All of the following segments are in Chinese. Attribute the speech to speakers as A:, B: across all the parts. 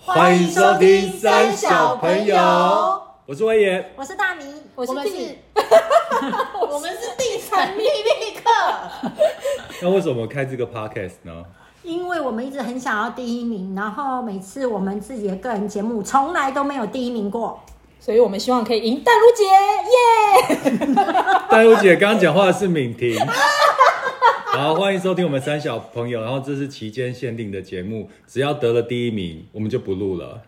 A: 欢迎收听三小朋友
B: 我是威爷，
A: 我是大米，我
C: 是
A: 们
C: 地
A: 是，我们是地产秘密课，
B: 那为什么开这个 podcast 呢？
A: 因为我们一直很想要第一名，然后每次我们自己的个人节目从来都没有第一名过，
C: 所以我们希望可以赢淡如姐，耶、
B: 戴茹姐刚刚讲话的是 敏婷。好，欢迎收听我们三小朋友，然后这是期间限定的节目，只要得了第一名，我们就不录了。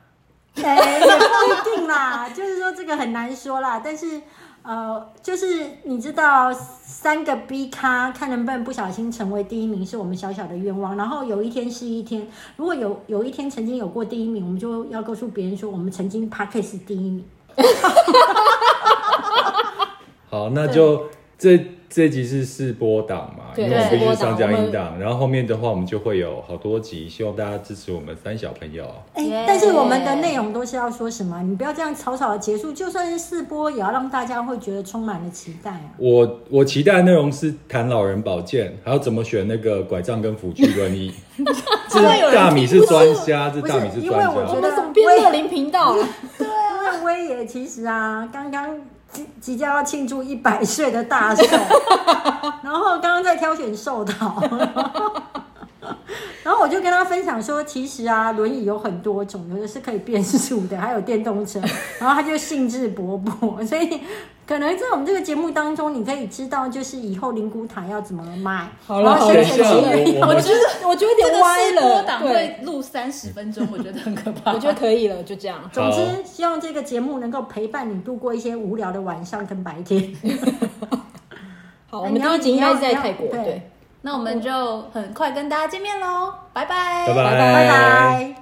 A: 哎，也不一定啦，就是说这个很难说啦，但是。呃，就是你知道三个 B 咖看能不能不小心成为第一名，是我们小小的愿望。然后有一天是一天，如果有有一天曾经有过第一名，我们就要告诉别人说我们曾经 p a c k a s 第一名。
B: 好，那就这这集是试播档嘛，因为
C: 对
B: 我们必须
C: 对
B: 上架音档，然后后面的话我们就会有好多集，希望大家支持我们三小朋友。
A: 哎、
C: 耶
A: 但是我们的内容都是要说什么？啊你不要这样草草的结束，就算是试播，也要让大家会觉得充满了期待啊！
B: 我我期待的内容是谈老人保健，还有怎么选那个拐杖跟辅具 轮椅。这大米是专家，这
A: 不是
B: 大米是
A: 因为
B: 专
A: 我
B: 家
A: 觉
C: 我
A: 得。
D: 啊
C: 们怎么变乐龄频道啊了？
A: 因为威也其实啊，刚刚即即将要庆祝一百岁的大寿，然后刚刚在挑选寿桃，然后我就跟他分享说，其实啊，轮椅有很多种，有的是可以变速的，还有电动车，然后他就兴致勃勃，所以。可能在我们这个节目当中，你可以知道，就是以后灵骨塔要怎么卖，
C: 好了
A: 然后
C: 好了
A: 宣传
C: 等一下
A: 资源
B: 我
C: 我觉得我觉得
D: 这
C: 有点
D: 个
C: 歪
D: 试播
C: 了，
D: 档
C: 对，
D: 会录三十分钟，我觉得很可怕。
C: 我觉得可以了，就这样。
A: 总
B: 好
A: 之，希望这个节目能够陪伴你度过一些无聊的晚上跟白天。
C: 好，
A: 哎
C: 我们
A: 你要
C: 第一集应该是在
A: 你要
C: 泰国，
A: 对
C: 对。
D: 那我们就很快跟大家见面喽，拜拜，
B: 拜拜
A: 拜拜。